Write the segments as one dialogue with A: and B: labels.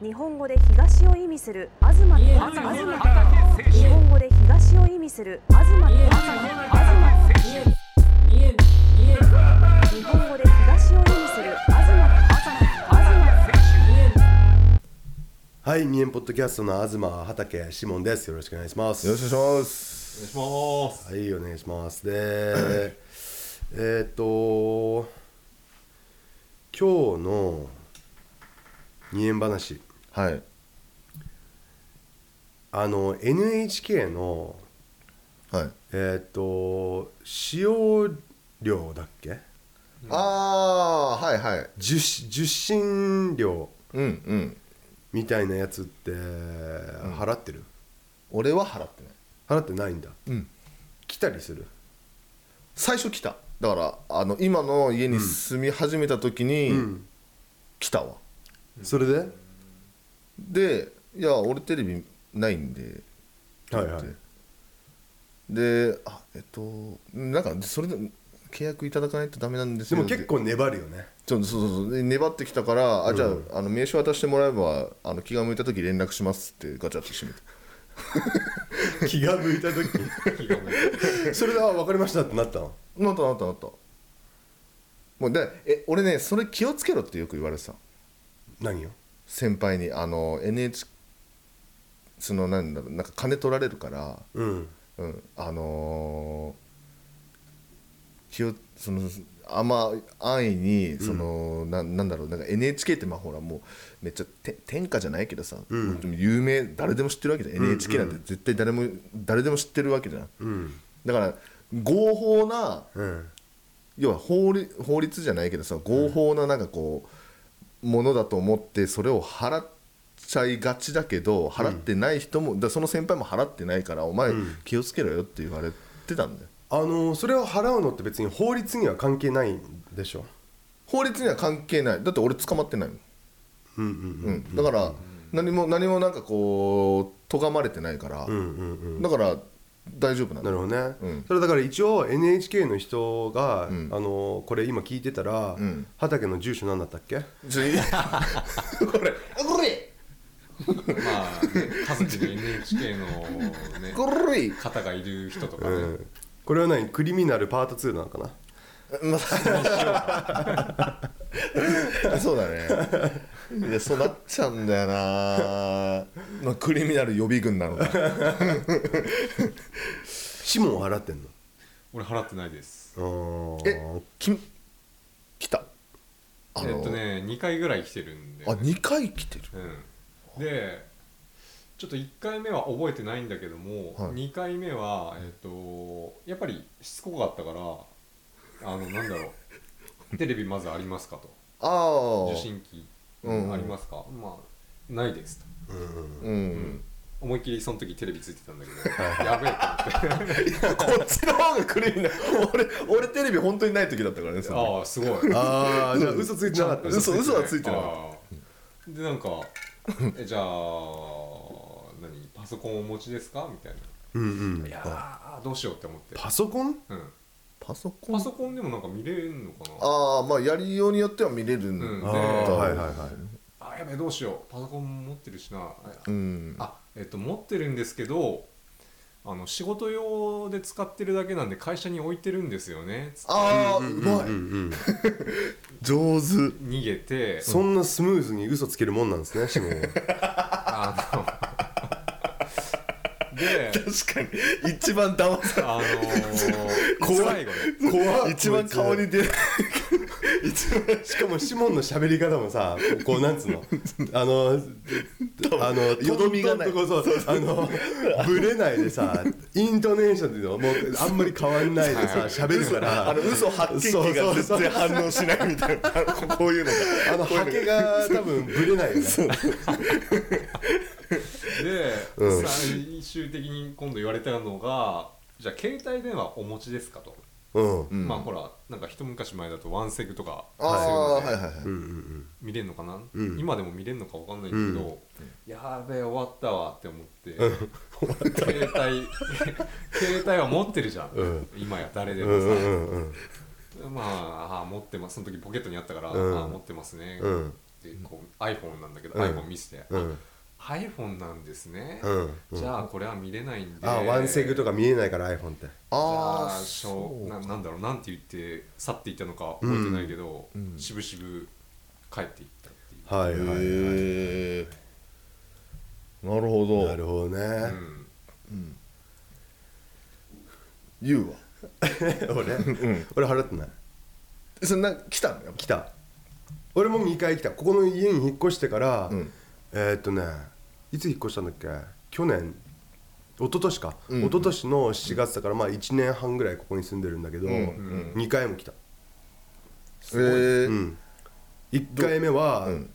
A: 日本語で東を意味する東と東日本語で東を意味する東と東日本語で東を意味する東と東
B: はい、ミエンポッドキャストの東畑志門です。よろしくお願いします。
C: よろしくお願いします。
D: お願いします。
B: はい、お願いします。 で、えーっと、今日の二円話、
C: はい。
B: あの NHK の
C: はい。
B: えーっと使用料だっけ？
C: ああ、はいはい。
B: 受受信料
C: うんうん。
B: みたいなやつって払ってる？
C: 俺は払ってない。
B: 払ってないんだ。
C: うん。
B: 来たりする？
C: 最初来た。だから、あの、今の家に住み始めた時
B: う
C: に
B: ん。
C: 来たわ。
B: それで？はい
C: で、いや、俺テレビないんで。
B: はい。
C: で、あ、えっと、なんか、それで契約いただかないとダメなんです
B: で
C: よ。
B: も結構粘るよ ね。
C: ちょそうそうそうで粘ってきたからあじゃあ,、あの名刺渡してもらえばあの気が向いた時連絡しますってガチャって閉めて
B: 気が向いた時それであ分かりましたってなったの
C: なったなったなったもうでえ俺ねそれ気をつけろってよく言われてた
B: 何よ
C: 先輩にあの NHK そのなんだろうなんか金取られるから、
B: うん
C: うん、あのー気をそのあんま安易にその、ななんだろうなんか NHK ってまあほらもうめっちゃて天下じゃないけどさ、でも有名誰でも知ってるわけじゃん、NHK なんて絶対誰も誰でも知ってるわけじゃん
B: うん
C: だから合法な
B: うん
C: 要は法律法律じゃないけどさ合法ななんかこう、ものだと思ってそれを払っちゃいがちだけど払ってない人も、だその先輩も払ってないからお前気をつけろよって言われてたんだよ
B: あのそれを払うのって別に法律には関係ないんでしょ
C: 法律には関係ないだって俺捕まってないもん、
B: うんうん
C: うん、だから何も何もなんかこう咎まれてないから、
B: うんうんうん
C: だから大丈夫なんだ
B: なるほどね、
C: うん
B: それだから一応 NHK の人が、あのこれ今聞いてたら、
C: ん
B: 畑の住所何だったっけ
C: ちょいこ れこれ
D: まあ、ね、家族に NHK のね、
C: これ
D: 方がいる人とか
B: う
D: ね。
B: んこれは何クリミナルパート2なのかな
C: まあ、 そうだねいやそうなっちゃうんだよな、まあ、クリミナル予備軍なのか
B: シモンは払ってんの
D: 俺払ってないです。
B: あ
C: え
B: ー
C: き来た
D: え
C: あ
D: っ
C: の、
D: とね、2回ぐらい来てるんで。
C: あ二2回来てる
D: うん。で、ちょっと1回目は覚えてないんだけども、
C: はい
D: 2回目は、えっと、やっぱりしつこかったから、あの、なんだろ う、テレビまずありますかと。
C: ああ
D: 受信機
C: うんうん
D: ありますか、まあ、ないですと。
C: うん
D: 思いっきりその時テレビついてたんだけど、やべえと思って。
C: こっちの方がクリミナル俺俺テレビ本当にない時だったからねその
D: ああすごい
B: あーじゃあ嘘ついてなかった
C: 嘘嘘はついてな
D: る
C: かっ
D: でなんか えじゃあ何パソコンお持ちですかみたいな
B: うんうん
D: いやーどうしようって思って、
B: パソコン
D: うん、
C: たパソコ
D: パ
C: ン
D: ソコンでもなんか見れるのかな
C: ああまあやりようによっては見れるんだ、
D: うん
B: あー
D: ね
B: はいはいはい
D: あやべえどうしようパソコン持ってるしなあ
C: うん
D: あえっと持ってるんですけどあの仕事用で使ってるだけなんで会社に置いてるんですよねつって
C: あーうまい、
B: うんうん
C: 上手
D: 逃げて
B: そんなスムーズに嘘つけるもんなんですね、シモンは。
D: あ ので
C: 確かに一番騙さ
D: あのー、
C: 怖
D: 最後ね
B: 怖
C: 一番顔に出る一 番
B: しかもシモンの喋り方もさ、こうなんつう の、あの、あの、
C: よどみがない
B: トントンとこうそうあの、ぶれないでさ、イントネーションっていうのもうあんまり変わんないでさ、喋るから、
C: あの嘘発見器
B: そうそ
C: が
B: うそう
C: 絶対反応しないみたいな ここういうのが
B: あの、ハケが多分ぶれないよね。
D: で、
B: うん
D: 最終的に今度言われたのがじゃあ携帯電話お持ちですかと、
B: うん。
C: ん
D: まあほらなんか一昔前だとワンセグとか
C: ああ
D: そう
C: はいいうはい
D: ので
C: はい、
D: 見れるのかな、
B: うん
D: 今でも見れるのかわかんないんだけど、やべえ終わったわって思って、携帯 携帯は持ってるじゃん、
B: うん
D: 今や誰で
B: う
D: も
B: ん
D: さ、
B: うんうんうん。
D: まああー持ってますその時ポケットにあったから、
B: うん
D: あー持ってますね、
B: うん
D: ってこう iPhone なんだけど、
B: うん
D: iPhone 見せて、
B: う
D: あ
B: ん
D: iPhone なんですね、
B: うんうん
D: じゃあこれは見れないんで
B: あワンセグと
D: か
B: か見えないから iPhone って
D: じ
C: あ
D: ゃあ
C: あ
D: しょ
C: そうう
D: ななんだろうなんて言って去っていったのか覚えてないけど、
C: うん
D: しぶしぶ帰っていったっていう、
B: はいはいはい
C: へえなるほど
B: なるほど
D: う
B: ね
D: ん、
C: 言 うわ
B: 俺
C: ん
B: 俺払ってない
C: そんな来たのよ
B: 来た俺も2回来たここの家に引っ越してから、
C: うん
B: えーっとねいつ引っ越したんだっけ去年一昨年か、
C: うん
B: 一昨年の7月だからまあ1年半ぐらいここに住んでるんだけど、
C: う
B: 二
C: ん
B: 2回も来た、
C: へえ
B: うん、1回目は、
C: うん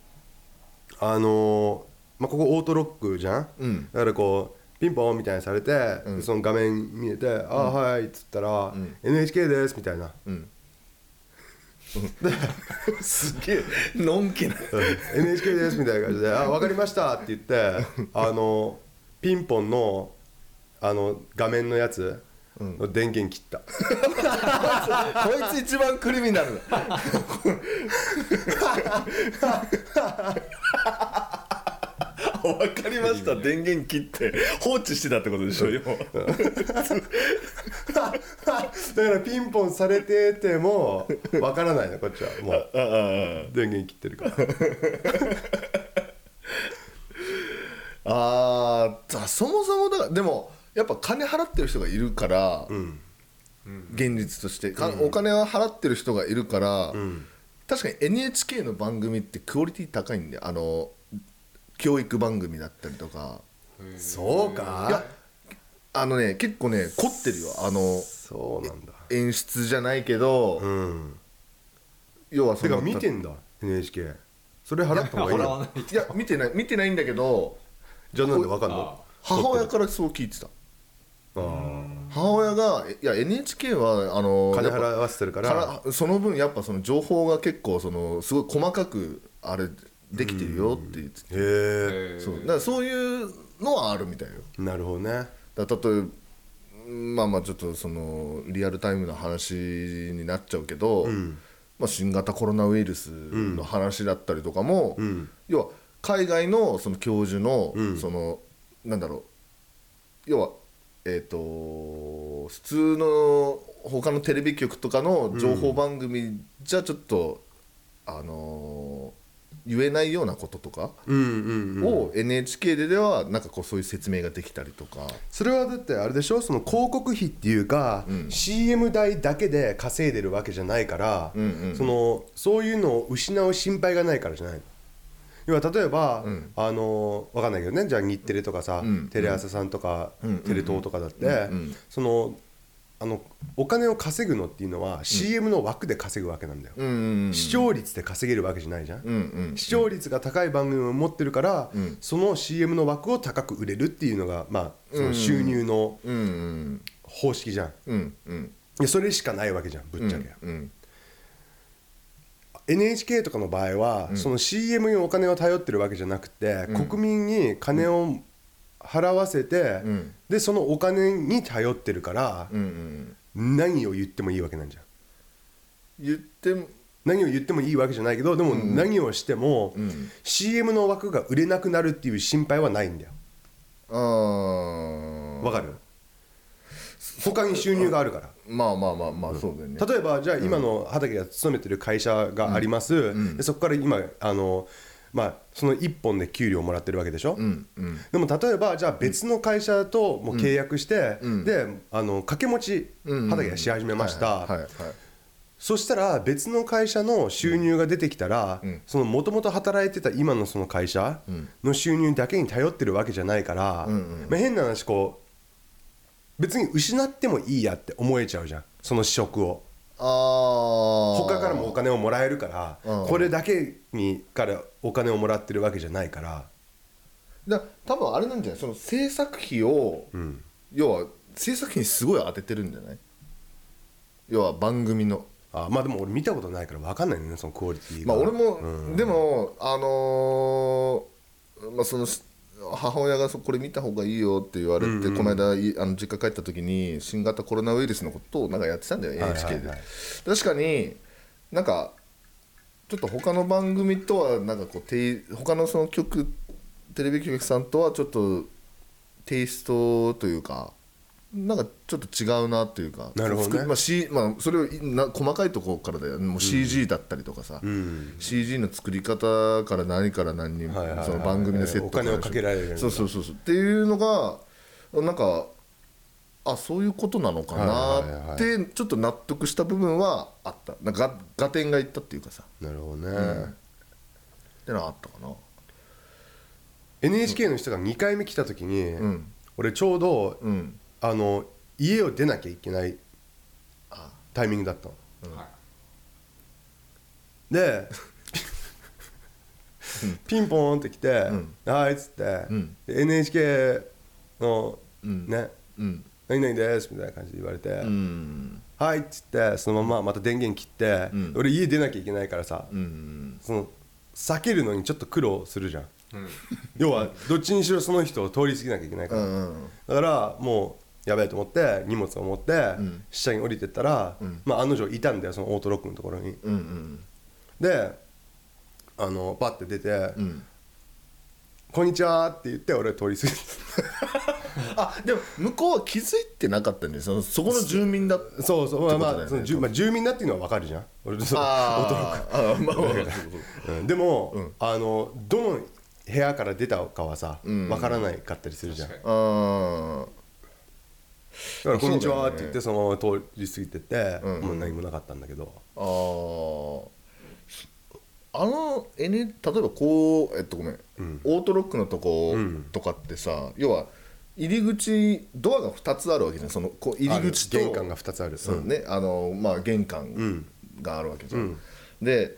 B: あのーまあ、ここオートロックじゃん、
C: うん
B: だからこうピンポンみたいにされて、
C: うん
B: その画面見えて「ああはい」っつったら、
C: ん
B: NHK です」みたいな
C: うんすげえのんきな
B: 「NHK です」みたいな感じで「あ分かりました」って言ってあのピンポンのあの画面のやつの電源切った、
C: こいつ一番クリミナルだ わかりました電源切って放置してたってことでしょ要は
B: だからピンポンされてても分からないのこっちはもう
C: ああ
B: 電源切ってるから
C: ああーそもそもだからでもやっぱ金払ってる人がいるから、現実として、かお金は払ってる人がいるから、確かに NHK の番組ってクオリティ高いんであの教育番組だったりとか
B: そう
C: いや
B: か
C: あのね結構ね凝ってるよあの
B: そうなんだ
C: 演出じゃないけど、
B: うん
C: 要はそ
B: て
C: の
B: か見てんだ NHK それ払った方がいい
D: 払
B: の
D: わない
C: いや見てない見てないんだけど
B: じゃあなんで分かんの
C: 母親からそう聞いてた
B: あー
C: 母親がいや NHK はあの
B: 金
C: やっぱ
B: 払わせてるか
C: から
B: ら
C: その分やっぱその情報が結構そのすごい細かくあれできてるよって言ってて
B: へえ
D: えー
C: そうだからそういうのはあるみたいよ
B: なるほどね
C: だから例えばまあまあちょっとそのリアルタイムの話になっちゃうけど、まあ、新型コロナウイルスの話だったりとかも、
B: ん
C: 要は海外のその教授の、
B: ん
C: そのなんだろう要はえっ、と普通の他のテレビ局とかの情報番組じゃちょっと、あのー言えないようなこととか
B: うんうんうん
C: を NHK でではなんかこうそういう説明ができたりとか。
B: それはだってあれでしょその広告費っていうか、CM 代だけで稼いでるわけじゃないから、
C: うんうん
B: そのそういうのを失う心配がないからじゃないの要は例えば、
C: うん
B: あの分かんないけどねじゃあ日テレとかさ、
C: うん
B: テレ朝さんとか、
C: うん
B: テレ東とかだって、
C: ん
B: そのあのお金を稼ぐのっていうのは CM の枠で稼ぐわけなんだよ、
C: うんうんうん
B: 視聴率で稼げるわけじゃないじゃん、
C: うんうん
B: 視聴率が高い番組を持ってるから、
C: うん
B: その CM の枠を高く売れるっていうのが、まあ、その収入の
C: うんうん
B: 方式じゃん、
C: うんうん
B: いやそれしかないわけじゃんぶっちゃけ、
C: うん
B: NHK とかの場合は、その CM にお金を頼ってるわけじゃなくて、国民に金を払わせて、
C: うん
B: でそのお金に頼ってるから、
C: うんうん
B: 何を言ってもいいわけなんじゃん
C: 言っても
B: 何を言ってもいいわけじゃないけどでも何をしても、
C: うん
B: CM の枠が売れなくなるっていう心配はないんだよ
C: あ
B: わ
C: あ
B: かる他に収入があるから
C: まあまあまあまあそうだよね
B: 例えばじゃあ今の畑が勤めてる会社があります、でそこから今あの、まあ、その1本で給料もらってるわけでしょ、
C: うんうん
B: でも例えばじゃあ別の会社ともう契約して、
C: うん
B: であの掛け持ち畑がし始めました、
C: はいはいはい
B: そしたら別の会社の収入が出てきたら
C: うん
B: そのもともと働いてた今のその会社
C: うん
B: の収入だけに頼ってるわけじゃないから、
C: うんうん
B: まあ、変な話こう別に失ってもいいやって思えちゃうじゃんその職を
C: ああ
B: 他からもお金をもらえるから
C: うん
B: これだけにからお金をもらってるわけじゃないから
C: だ多分あれなんじゃないその制作費を
B: うん
C: 要は制作費にすごい当ててるんじゃない要は番組の
B: あまあでも俺見たことないから分かんないねそのクオリティが
C: まあ俺も、
B: うん
C: でもあのーまあそのし母親がそこれ見た方がいいよって言われて、この間いあの実家帰った時に新型コロナウイルスのことをなんかやってたんだよ
B: はいはい
C: NHK で、
B: はい
C: 確かになんかちょっと他の番組とはなんかこうて他のその曲テレビ局さんとはちょっとテイストというかなんかちょっと違うなというか
B: なるほどね
C: 作りまあ C まあ、それをいな細かいところからだよねもう CG だったりとかさ、CG の作り方から何から何に、
B: はいはいはい
C: その番組のセット
B: お
C: ら
B: 金をかけられるような
C: そうそうそうそうっていうのがなんかあそういうことなのか
B: はいはいはいは
C: なってちょっと納得した部分はあったなんかが合点がいったっていうかさ
B: なるほどね、
C: ってのはあったかな
B: NHK の人が2回目来た時に、
C: ん
B: 俺ちょうど、
C: うん
B: あの家を出なきゃいけないタイミングだったの
D: はい
B: で ピンポーンって来て
C: ん
B: 「はい」っつって
C: ん
B: 「で NHK の
C: ん
B: ね
C: うん
B: 何々です」みたいな感じで言われて
C: う
B: 「
C: ん
B: はい」っつってそのまままた電源切って
C: ん
B: 俺家出なきゃいけないからさ
C: うん
B: その避けるのにちょっと苦労するじゃん
D: うん
B: 要はどっちにしろその人を通り過ぎなきゃいけないか
C: う
B: ら
C: ん
B: だからもうやべえと思って荷物を持って
C: ん
B: 下に降りてったら、まあ、案の定いたんだよそのオートロックのところに。
C: うんうん
B: であのパッて出て、
C: うん
B: こんにちは」って言って俺通り過ぎて
C: あでも向こうは気づいてなかったんでそのそこの住民だった
B: そうそうまあ、
C: っ
B: ま
C: てことだよね
B: あその住まあ、住民だっていうのは分かるじゃん俺そう
C: あーあーまあまあまあ
B: うんでも、
C: うん
B: あのどの部屋から出たかはさ
C: ん
B: 分からないかったりするじゃん、
D: 確
B: だ
D: か
C: あー
B: から「こんにちは」って言っ
C: そうだよ
B: て
C: ね
B: そのまま通り過ぎてって、
C: うん
B: もう何もなかったんだけど、
C: あーあの、N、例えばこうえっとごめん、オートロックのとこ
B: うん
C: とかってさ、要は入り口ドアが2つあるわけじゃんそのこう入り口と
B: ある玄関が2つある
C: そうね、あのまあ玄関があるわけじゃん、
B: うん
C: で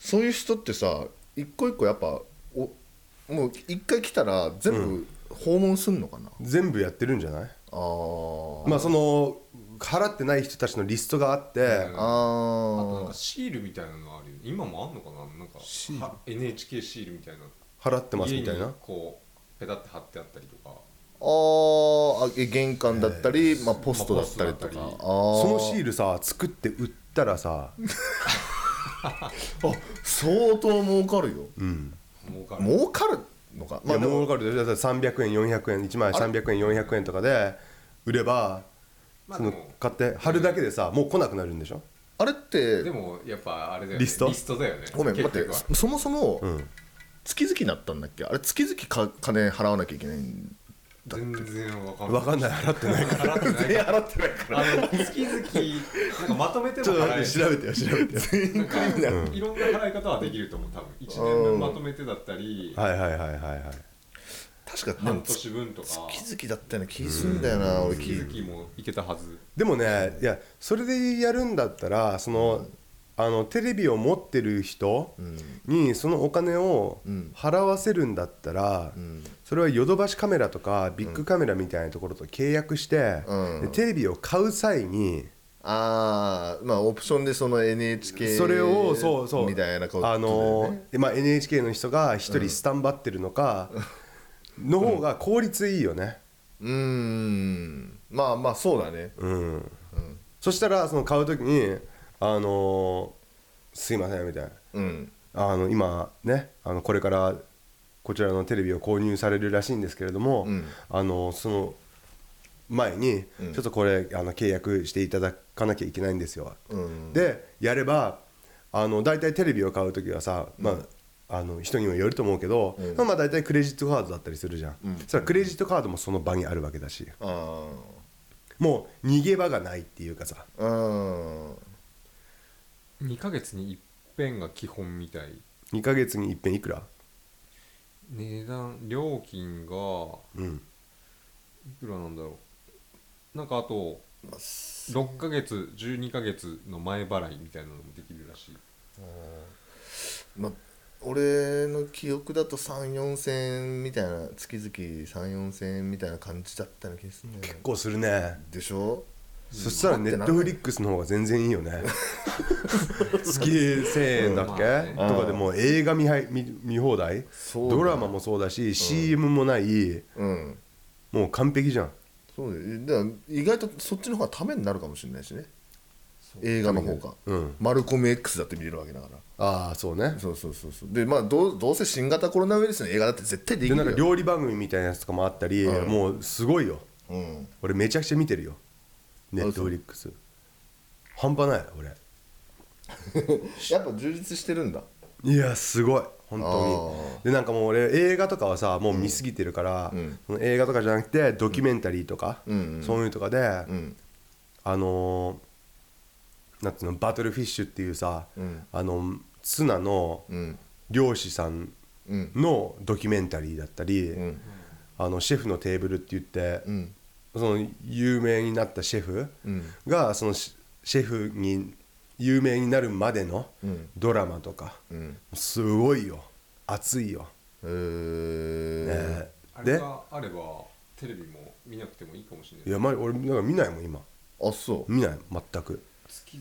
C: そういう人ってさ一個一個やっぱおもう一回来たら全部訪問すんのかな、
B: 全部やってるんじゃない
C: あー、
B: まあその払ってない人たちのリストがあって、
D: うん
C: あ
D: あとなん
C: ー
D: かシールみたいなのあるよね今もあんのかななんか
C: シール
D: は NHK シールみたいな
B: 払ってますみたい
D: 家に
B: な
D: こうペタって貼ってあったりとか
C: あーあえ玄関だったり、まあ、ポストだったりとか、
D: まあポストだったり
C: あ
B: そのシー
C: ル
B: ルさ作って売ったらさ、
C: あ相当儲かるよ
B: うん、
D: 儲かる
C: 儲かるのか
B: まあ、
C: で
B: もう分かるでしょだから300円400円1枚300円400円とかで売れば
D: まあ
B: そ
D: で
B: の
D: も
B: 買って貼るだけでさもう来なくなるんでしょ
C: あれって
D: でもやっぱあれだよね
B: リスト
D: リストだよね
C: ごめん待って
D: 結局
C: そ
D: は
C: そもそも、
B: ん
C: 月々だったんだっけあれ月々か金払わなきゃいけないん
D: 全然わかんない
B: 分かんない払ってないか
D: 払ってない
C: 払ってないか
D: あの月々なんかまとめて
B: ら
D: も
B: ちょっと
D: 払
B: 待っ
D: え
B: て調べてよ調べてよ
D: なんかいろんな払い方はできると思う多分1年分まとめてだったり
B: はいはいはいはいはい
C: 確かで
D: 半
C: も月
D: 年分とか
C: 月々だったような気すんだよな俺
D: 月
C: 気
D: 々もいけたはず
B: でもねいやそれでやるんだったらそのあのテレビを持ってる人にそのお金を払わせるんだったら、それはヨドバシカメラとかビッグカメラみたいなところと契約して、
C: うん
B: でテレビを買う際に
C: ああまあオプションでその NHK
B: それをそうそう
C: みたいなこと
B: あ
C: だよね
B: のーまあ、NHK の人が一人スタンバってるのか、の方が効率いいよね、
C: うーんまあまあそうだね
B: うんそしたらその買う時に「あのーすいません」みたいな。
C: うん
B: あの今ねあのこれからこちらのテレビを購入されるらしいんですけれども、
C: うん
B: あのその前に、
C: うん
B: ちょっとこれあの契約していただかなきゃいけないんですよ、
C: うん
B: でやればあの大体テレビを買う時はさ、まあ、あの人にもよると思うけど、
C: うん
B: まあ、まあ大体クレジットカードだったりするじゃん、
C: うん
B: そしたらクレジットカードもその場にあるわけだし
C: あ
B: もう逃げ場がないっていうかさ
C: あうん
D: 2ヶ月に一遍が基本みたい
B: 2ヶ月に一遍いくら、
D: 値段料金が
B: うん、
D: いくらなんだろうなんかあと6ヶ月12ヶ月の前払いみたいなのもできるらしい
C: まあ俺の記憶だと3 4千円みたいな月々3 4千円みたいな感じだったような気がするんだよね
B: こうするね
C: でしょ
B: そしたらネットフリックスの方が全然いいよ ね月1000円だっけ、
D: うん
C: まあね
B: とかでもう映画見はい見見放題
C: そうだね
B: ドラマもそうだし、CM もない
C: うん
B: もう完璧じゃん
C: そうだよだから意外とそっちの方がためになるかもしれないしね映画の方が、
B: うん
C: マルコム X だって見れるわけだから
B: ああそうね
C: そうそうそうそうでまあどうどうせ新型コロナウイルスの映画だって絶対で
B: で
C: きる
B: なんか
C: よ
B: 料理番組みたいなやつとかもあったり、
C: うん
B: もうすごいよ
C: うん、
B: 俺めちゃくちゃ見てるよネットフリックス半端ない俺
C: やっぱ充実してるんだ
B: いやすごい本当
C: あ
B: にでなんかもう俺映画とかはさもう見すぎてるから、その映画とかじゃなくてドキュメンタリーとか、
C: んうん
B: そういうのとかで、
C: うん
B: あのーなんていうのバトルフィッシュっていうさ、
C: ん
B: あのツナの
C: うん
B: 漁師さん
C: うん
B: のドキュメンタリーだったり、
C: ん
B: あのシェフのテーブルって言って、
C: うん
B: その有名になったシェフ
C: ん
B: がそのシシェフに有名になるまでの
C: ん
B: ドラマとか、
C: うん
B: すごいよ熱いよ、
C: えー
B: ね
D: あれ
B: で
D: があればテレビも見なくてもいいかもしれない
B: いやまあ俺なんか見ないもん今
C: あそう
B: 見ない全く
D: 月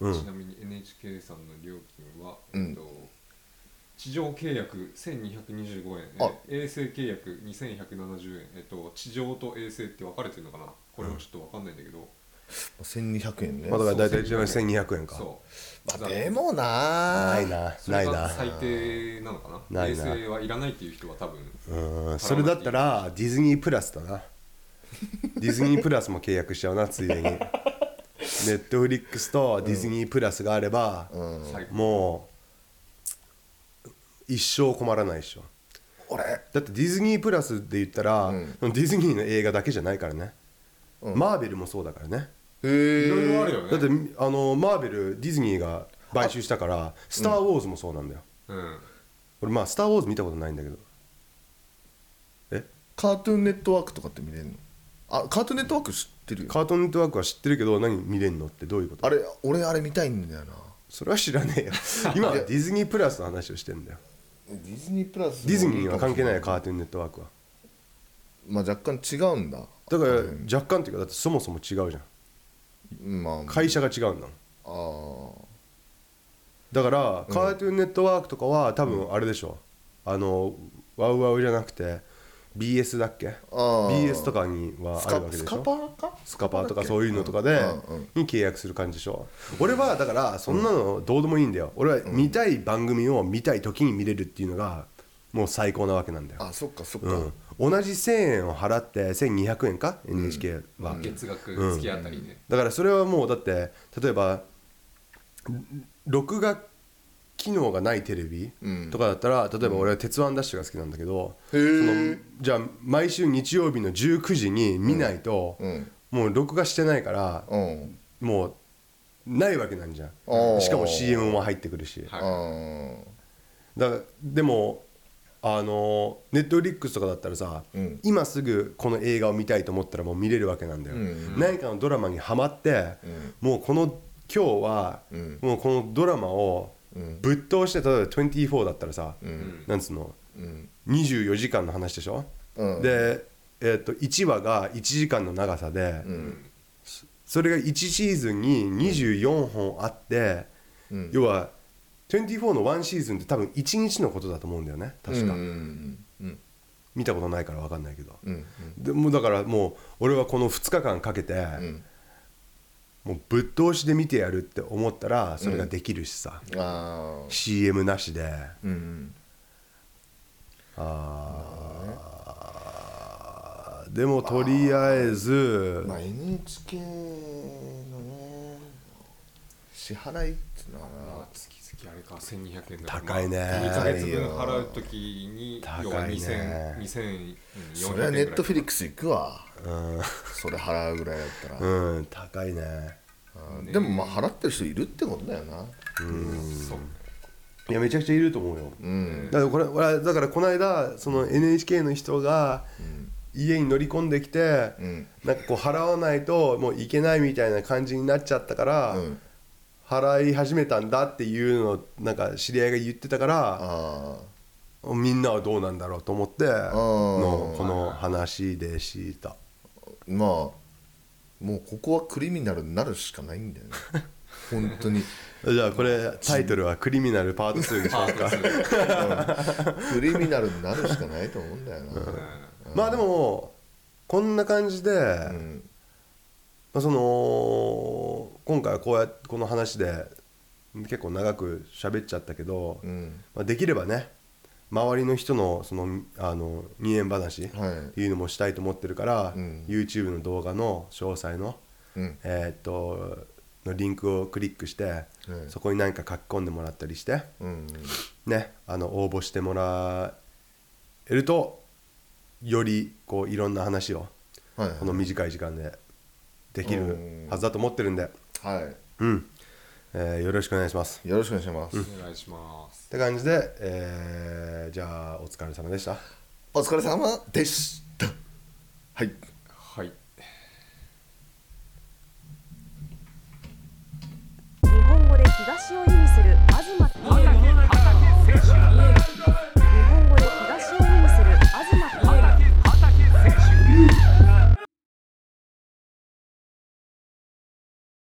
B: う
D: 々、
B: ん
D: ちなみに NHK さんの料金は、
C: うん
D: えっと、地上契約1225円
C: あ、
D: え衛星契約2170円、えっと、地上と衛星って分かれてるのかなこれもちょっと分かんないんだけど、
C: 1200円ね、
B: まあ、だから大体
D: そう
B: 1200円か
D: そう、
C: まあでもな
B: な
C: あ
B: いな
D: そ
B: な
D: れ
B: い
D: が
B: な
D: 最低なのかな
B: ない
D: 衛
B: な
D: 星はいらないっていう人は多分
B: うんそれだったらディズニープラスだ なディズニープラスも契約しちゃうなついでにネットフリックスとディズニープラスがあれば、
C: うん、
D: 最高
B: もう一生困らないでしょ
C: 俺
B: だってディズニープラスで言ったら、
C: うん
B: ディズニーの映画だけじゃないからね、
C: うん
B: マーベルもそうだからね
C: え
D: いろいろある
C: ー、
D: よね
B: だってあのマーベルディズニーが買収したから「スター・ウォーズ」もそうなんだよ、
D: うん
B: 俺まあ「スター・ウォーズ」見たことないんだけどえ
C: カートゥーンネットワークとかって見れるのあカートゥーンネットワーク知ってるよ
B: カートゥーンネットワークは知ってるけど何見れんのってどういうこと
C: あれ俺あれ見たいんだよな
B: それは知らねえ よ今はディズニープラスの話をしてんだよ
C: ディズニープラス
B: ディズニーは関係ないよカートゥーンネットワークは
C: まあ若干違うんだ
B: だから若干っていうかだってそもそも違うじゃん
C: まあ
B: 会社が違うんだもん
C: あー
B: だからカートゥーンネットワークとかは多分あれでしょあのワウワウじゃなくて BS だっけ
C: あー
B: BS とかには
C: ス
B: ある
C: カ
B: わけでし
C: ス
B: ょ
C: カパーか
B: スカパーとかそういうのとかで
C: うんうん
B: に契約する感じでしょ俺はだからそんなのどうでもいいんだよ俺は見たい番組を見たい時に見れるっていうのがもう最高なわけなんだよ、
C: あそっかそっか、
B: うん、同じ1000円を払って1200円か NHK は、
D: 月額月あたりね、
B: だからそれはもうだって例えば録画機能がないテレビ
C: うん
B: とかだったら、例えば俺は「鉄腕ダッシュ」が好きなんだけど、
C: へー
B: そのじゃあ毎週日曜日の19時に見ないと、
C: うん
B: もう録画してないから、
C: うん
B: もうないわけなんじゃ
C: あー
B: んしかも CM も入ってくるし、
D: はい
C: あ
B: だからでもあのネットフリックスとかだったらさ、
C: うん
B: 今すぐこの映画を見たいと思ったらもう見れるわけなんだよ、
C: うん
B: 何かのドラマにはまって、もうこの今日は、
C: ん
B: もうこのドラマをぶっ通して例えば24だったらさ、
D: ん
B: なんつうの
C: ーうん
B: 24時間の話でしょ、
C: うん
B: で、えっと1話が1時間の長さで、
C: うん
B: それが1シーズンに24本あって、
C: うん
B: 要は24の1シーズンって多分1日のことだと思うんだよね確か、
C: うんうん
B: 見たことないから分かんないけど、
C: うん
B: でもうだからもう俺はこの2日間かけて、
C: ん
B: もうぶっ通しで見てやるって思ったらそれができるしさ、
C: うんあー
B: CM なしで
C: うん
B: あーでもとりあえず
C: まあ NHK のね支払いってのは
D: まあ
C: な
D: 月々あれか1200円だから
B: 高いね
D: 2ヶ月分払うときに
B: 高いね
D: 要は2000 2400
C: それはネットフ
D: リ
C: リックス行くわそれ払うぐらいだったら
B: うん高いね
C: うんでもまあ払ってる人いるってことだよな
D: そう
B: いやめちゃくちゃいると思うよ、だからこれ俺はだからこの間その NHK の人が家に乗り込んできて、
C: ん
B: なんかこう払わないともういけないみたいな感じになっちゃったから、
C: うん
B: 払い始めたんだっていうのをなんか知り合いが言ってたから
C: あ
B: みんなはどうなんだろうと思ってのこの話でした
C: ーまあもうここはクリミナルになるしかないんだよね本当に
B: じゃあこれタイトルは「クリミナルパート2」にしますか
C: クリミナルになるしかないと思うんだよな
B: まあでもこんな感じで、
C: うん
B: まあ、その今回はこうやこの話で結構長く喋っちゃったけど、
C: うん
B: まあ、できればね周りの人のそのあの二円話っ
C: はい
B: ていうのもしたいと思ってるから、
C: うん
B: YouTube の動画の詳細の、
C: うん
B: えーっとのリンクをクリックして、そこに何か書き込んでもらったりして、
C: うん
B: ね、あの応募してもらえるとよりこういろんな話を
C: はいはい
B: この短い時間ででき
C: うん
B: るはずだと思ってるんで、
C: は
B: うんえーよろしくお願いします。
C: いよろしくお願いします、
D: お願いします
B: って感じで、えーじゃあお疲れ様でした。
C: お疲れ様でしたはい
D: はい
A: 日本語で東を意味する東